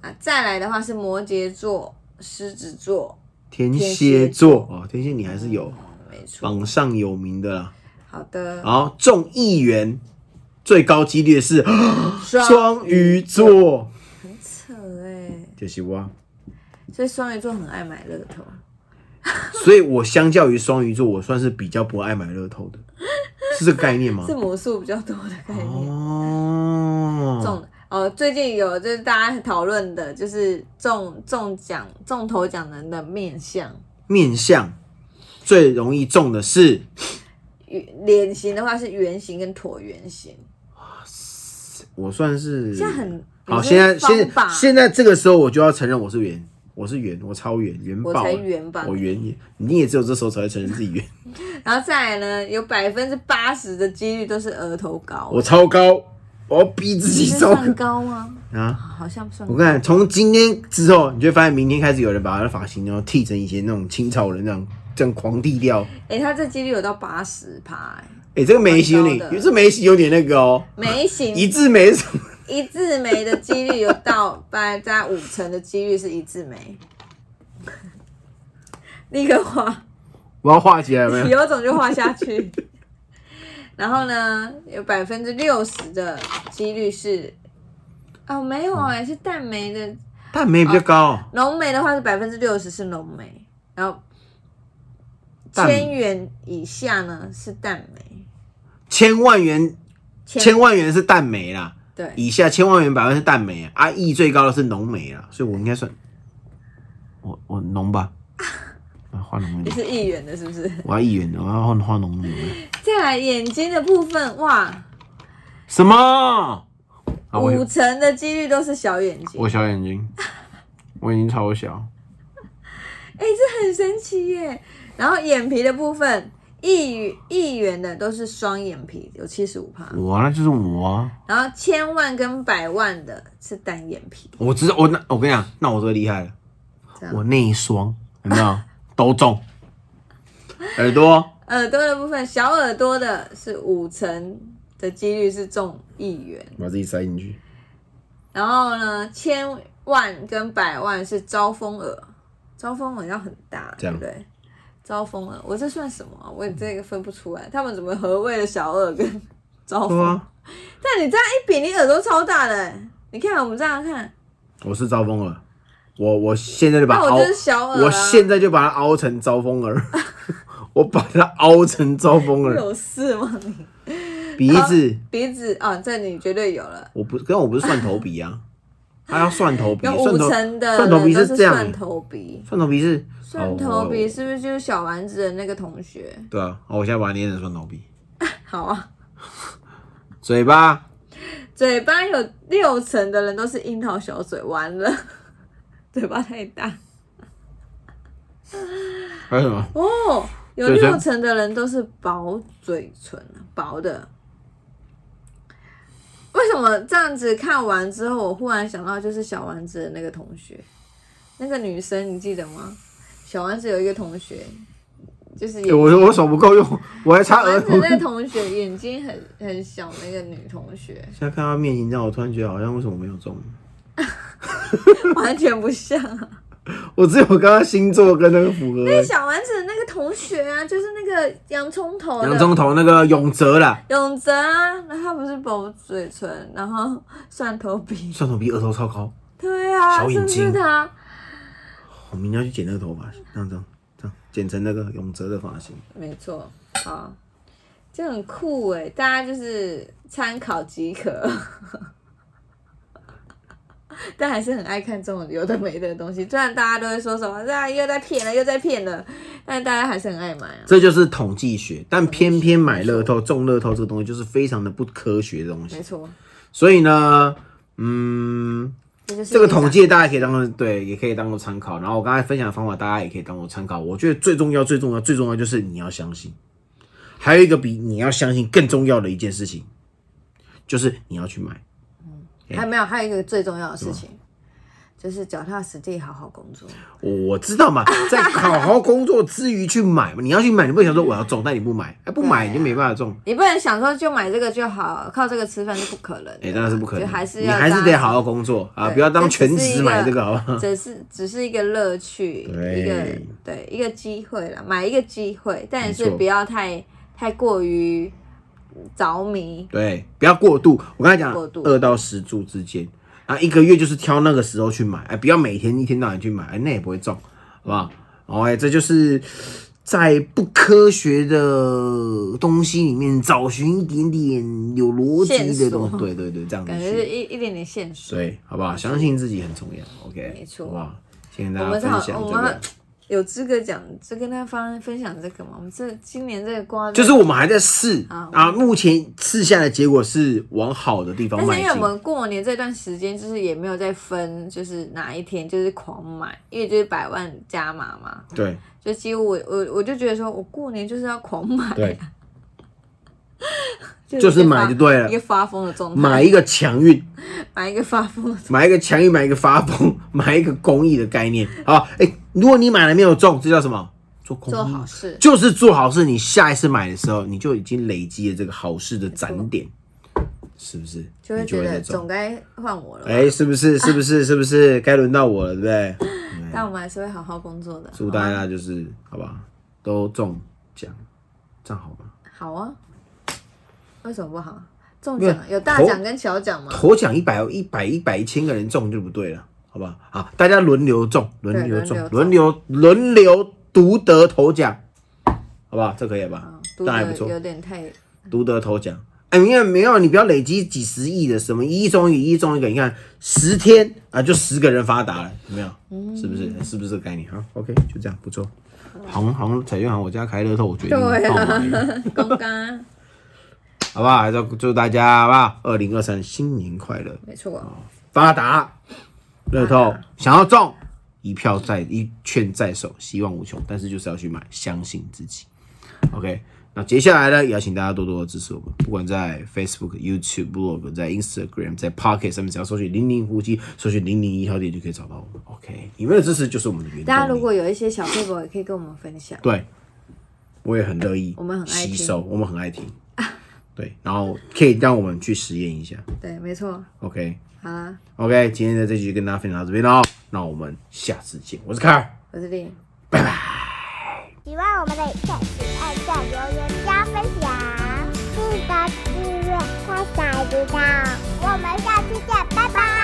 Speaker 2: 啊，再来的话是摩羯座、狮子座，
Speaker 1: 天
Speaker 2: 天
Speaker 1: 蝎
Speaker 2: 蝎
Speaker 1: 座哦，天蝎你还是有
Speaker 2: 没错。
Speaker 1: 榜上有名的啦。
Speaker 2: 好的，
Speaker 1: 然后中亿元最高几率的是双鱼座，
Speaker 2: 很扯哎、
Speaker 1: 就是我。啊
Speaker 2: 所以双鱼座很爱买乐透。啊
Speaker 1: 所以我相较于双鱼座，我算是比较不爱买乐透 的，是这个概念吗
Speaker 2: 是？魔术比较多的概念。
Speaker 1: 哦，
Speaker 2: 中哦，最近有就是大家讨论的，就是中中奖、中头奖人的面相。
Speaker 1: 面相最容易中的是
Speaker 2: 圆脸型的话是圆形跟椭圆形，
Speaker 1: 我算是
Speaker 2: 现在很
Speaker 1: 嗯好，
Speaker 2: 有
Speaker 1: 现在
Speaker 2: 方
Speaker 1: 现在
Speaker 2: 法
Speaker 1: 现在这个时候我就要承认我是圆，我是圆，我超圆，圆爆
Speaker 2: 我
Speaker 1: 了，
Speaker 2: 才圆吧
Speaker 1: 我圆也，你也只有这时候才会承认自己圆，
Speaker 2: 然后再来呢，有百分之八十的几率都是额头高，
Speaker 1: 我超 高，我要逼自己
Speaker 2: 这
Speaker 1: 超
Speaker 2: 算高吗？
Speaker 1: 啊。
Speaker 2: 好像不算
Speaker 1: 我看从今天之后，你就会发现明天开始有人把他的发型然后剃成以前那种清朝人那样，这样狂剃掉。
Speaker 2: 哎、他这几率有到八十趴，欸
Speaker 1: 哎、这个眉形有
Speaker 2: 蛮
Speaker 1: 点
Speaker 2: 高，的
Speaker 1: 这眉形有点那个哦，
Speaker 2: 眉形
Speaker 1: 一字眉什么？
Speaker 2: 一字眉的几率有到大概五成的几率是一字眉。 立刻画，
Speaker 1: 我要画起来有没有？
Speaker 2: 有种就画下去。 然后呢，有百分之六十的几率是，哦，没有哎、是淡眉的。
Speaker 1: 但眉比较高、哦
Speaker 2: 浓眉的话是百分之六十是浓眉，然后
Speaker 1: 淡眉
Speaker 2: 千元以下呢是淡眉，
Speaker 1: 千万元
Speaker 2: 千
Speaker 1: 千万元是淡眉啦，
Speaker 2: 对，
Speaker 1: 以下千万元百万是淡美啊，亿最高的是浓眉啊，所以我应该算我我浓 吧，啊，画浓眉，
Speaker 2: 你是议员的，是不是？
Speaker 1: 我要一元的，我要画画浓眉。
Speaker 2: 再来眼睛的部分，哇，
Speaker 1: 什么？啊，我
Speaker 2: 五成的几率都是小眼睛，
Speaker 1: 我小眼睛，我眼睛超小，
Speaker 2: 哎、这很神奇耶。然后眼皮的部分，一元一元的都是双眼皮，有七十五趴。
Speaker 1: 我啊那就是我啊，
Speaker 2: 然后千万跟百万的是单眼皮，
Speaker 1: 我知道我那我跟你讲，那我最厉害了，
Speaker 2: 这
Speaker 1: 我
Speaker 2: 样。
Speaker 1: 那一双有没有 都中，耳朵
Speaker 2: 耳朵的部分，小耳朵的是五成的几率是中一元。
Speaker 1: 把自己塞进去，
Speaker 2: 然后呢，千万跟百万是招风耳，招风耳要很大，
Speaker 1: 这
Speaker 2: 对
Speaker 1: 样
Speaker 2: 不对？招风耳，我这算什么啊？我这个分不出来，他们怎么合谓的小耳跟招
Speaker 1: 对
Speaker 2: 风？
Speaker 1: 啊，
Speaker 2: 但你这样一比，你耳朵超大的、欸，你看我们这样看，我
Speaker 1: 我是招风耳，我我现在就把
Speaker 2: 那
Speaker 1: 它
Speaker 2: 我
Speaker 1: 凹
Speaker 2: 就，是小耳、啊，
Speaker 1: 我现在就把它凹成招风耳， 我把它凹成招风耳，
Speaker 2: 有事吗你？
Speaker 1: 鼻子
Speaker 2: 鼻子啊，这你绝对有了，
Speaker 1: 我不跟我不是蒜头鼻啊，还要蒜头鼻，
Speaker 2: 有
Speaker 1: 蒜
Speaker 2: 五
Speaker 1: 头
Speaker 2: 成的
Speaker 1: 蒜头鼻
Speaker 2: 人都
Speaker 1: 是
Speaker 2: 是
Speaker 1: 这样
Speaker 2: 蒜头鼻，
Speaker 1: 蒜头鼻是
Speaker 2: 蒜头鼻
Speaker 1: 哦
Speaker 2: 是不是就是小丸子的那个同学？
Speaker 1: 对啊，好，我现在把它捏成蒜头鼻，
Speaker 2: 好啊。
Speaker 1: 嘴巴
Speaker 2: 嘴巴有六成的人都是樱桃小嘴，完了， 嘴巴太大
Speaker 1: 还有什么？
Speaker 2: 哦。有
Speaker 1: 对所以
Speaker 2: 六成的人都是薄嘴唇，薄的。为什么这样子看完之后，我忽然想到就是小丸子的那个同学，那个女生你记得吗？小丸子有一个同学，就是眼啊
Speaker 1: 欸我我手不够 用，我还差
Speaker 2: 小
Speaker 1: 额
Speaker 2: 丸
Speaker 1: 头
Speaker 2: 子。那个同学眼睛很很小，那个女同学
Speaker 1: 现在看到面型这样，我突然觉得好像为什么没有中？
Speaker 2: 完全不像啊。
Speaker 1: 我只有刚刚星座跟那个符合
Speaker 2: 那个小丸子的那个同学啊，就是那个洋葱头的
Speaker 1: 洋葱头那个永泽啦，
Speaker 2: 永泽啊，然后他不是薄嘴唇，然后蒜头鼻，
Speaker 1: 蒜头鼻额头超高，
Speaker 2: 对啊，
Speaker 1: 小
Speaker 2: 是
Speaker 1: 眼
Speaker 2: 不
Speaker 1: 睛
Speaker 2: 是他？
Speaker 1: 我明天要去剪那个头发，这样这样这样剪成那个永泽的发型。
Speaker 2: 没错，啊，这很酷哎，大家就是参考即可。 但还是很爱看这种有的没的东西，虽然大家都会说什么“啊又在骗了，又在骗了”，但大家还是很爱买啊。
Speaker 1: 这就是统计学，但偏偏买乐透中乐透这个东西就是非常的不科学的东西
Speaker 2: 没。错，
Speaker 1: 所以呢，嗯，
Speaker 2: 这就是
Speaker 1: 这个
Speaker 2: 一档
Speaker 1: 统计大家可以当做对，也可以当做参考。然后我刚才分享的方法，大家也可以当做参考。我觉得最重要、最重要、最重要就是你要相信。还有一个比你要相信更重要的一件事情，就是你要去买。
Speaker 2: 还没有，还有一个最重要的事情，就是脚踏实地，好好工作。
Speaker 1: 我知道嘛，在好好工作之余去买嘛。你要去买，你不能想说我要中，但你不买，哎，不买你就没办法中。
Speaker 2: 你不能想说就买这个就好，靠这个吃饭是不可能的。
Speaker 1: 哎，当然是不可能，
Speaker 2: 啊就还是
Speaker 1: 你
Speaker 2: 要
Speaker 1: 还是
Speaker 2: 大
Speaker 1: 得
Speaker 2: 家
Speaker 1: 好好工作啊！
Speaker 2: 对
Speaker 1: 不要当
Speaker 2: 这只
Speaker 1: 全
Speaker 2: 是一
Speaker 1: 职
Speaker 2: 个
Speaker 1: 买这个，好不好？
Speaker 2: 只是只是一个乐趣，
Speaker 1: 嗯对
Speaker 2: 一个对一个机会啦，买一个机会，但
Speaker 1: 没
Speaker 2: 是
Speaker 1: 错
Speaker 2: 不要太太过于着迷。
Speaker 1: 对，不要过度。我刚才讲
Speaker 2: 过度
Speaker 1: 二到十注之间，然后一个月就是挑那个时候去买，哎，不要每天一天到晚去买，哎，那也不会中，好不好？哦，哎，这就是在不科学的东西里面找寻一点点有逻辑的东
Speaker 2: 线索
Speaker 1: 西，对对对，这样子
Speaker 2: 感觉是
Speaker 1: 去，
Speaker 2: 一一点点现实。
Speaker 1: 对，好不好？相信自己很重要，OK，
Speaker 2: 没错
Speaker 1: 好不好？先跟
Speaker 2: 我
Speaker 1: 大家
Speaker 2: 们正
Speaker 1: 分
Speaker 2: 好
Speaker 1: 享
Speaker 2: 我
Speaker 1: 这
Speaker 2: 们
Speaker 1: 个，
Speaker 2: 有资格讲这跟他方分享这个嘛？我们这今年这个瓜
Speaker 1: 就是我们还在试
Speaker 2: 好
Speaker 1: 啊，目前试下的结果是往好的地方
Speaker 2: 但
Speaker 1: 迈
Speaker 2: 是因为
Speaker 1: 进
Speaker 2: 我。们过年这段时间，就是也没有再分，就是哪一天就是狂买，因为就是百万加码嘛，
Speaker 1: 对
Speaker 2: 就几乎我我我就觉得说我过年就是要狂买，
Speaker 1: 对，
Speaker 2: 就
Speaker 1: 就是
Speaker 2: 一个
Speaker 1: 买
Speaker 2: 发
Speaker 1: 就对了
Speaker 2: 一个发疯的状态，
Speaker 1: 买一个强运，
Speaker 2: 买一个发疯的，
Speaker 1: 买一个强运，买一个发疯， 买一个公益的概念啊！哎、如果你买了没有中，这叫什么？做公益，
Speaker 2: 做好事，
Speaker 1: 就是做好事。你下一次买的时候，你就已经累积了这个好事的攒点，是不是？
Speaker 2: 就会
Speaker 1: 你就
Speaker 2: 觉
Speaker 1: 会再
Speaker 2: 得
Speaker 1: 中。
Speaker 2: 总该换我了吧。
Speaker 1: 哎、是不是？是不是？是不是？该轮到我了，对不对？
Speaker 2: 但我们还是会好好工作的。
Speaker 1: 祝大家就是好吧，都中奖，这样好吗？
Speaker 2: 好啊，为什么不好？中
Speaker 1: 因为
Speaker 2: 奖啊有大
Speaker 1: 头
Speaker 2: 奖跟小奖吗？
Speaker 1: 头奖一百、一百、一百、一千个人中就不对了，好不好？啊，大家轮流中，轮流中，
Speaker 2: 对
Speaker 1: 轮流轮流独得头奖，好不好？这可以吧
Speaker 2: 啊？
Speaker 1: 当然不错
Speaker 2: 有，点太
Speaker 1: 独得头奖。哎，你看没有，你不要累积几十亿的，什么一亿中一个，一亿中一个，你看十天啊，就十个人发达了，有没有？是不是？是不是这个概念？好，OK，就这样，不错。行行彩券行，我家开乐透，我决定
Speaker 2: 对
Speaker 1: 爆买了
Speaker 2: 啊， 公干，
Speaker 1: 好不好？还是要祝大家好不好？二零二三新年快乐，
Speaker 2: 没错，
Speaker 1: 哦发达，乐透想要中，一票在一券在手，希望无穷，但是就是要去买，相信自己。OK，那接下来呢，也要请大家多多的支持我们，不管在 Facebook、YouTube、Blog、在 Instagram、在 Pocket 上面，只要搜取零零呼吸，搜取零零一号店就可以找到我们。OK，你们的支持就是我们的原动力。
Speaker 2: 大家如果有一些小 p a 也可以跟我们分享。
Speaker 1: 对，我也很乐意，
Speaker 2: 我们很爱
Speaker 1: 吸
Speaker 2: 听
Speaker 1: 收，我们很爱听。对，然后可以让我们去实验一下。
Speaker 2: 对，没错，
Speaker 1: OK，OK，、
Speaker 2: 好啦，
Speaker 1: OK，今天的这集就跟大家分享到这边喽，那我们下次见。我是凯尔，
Speaker 2: 我是丽。
Speaker 3: 喜欢我们的影片，请按赞、留言、加分享，记得订阅、开小铃铛。我们下期见，拜拜。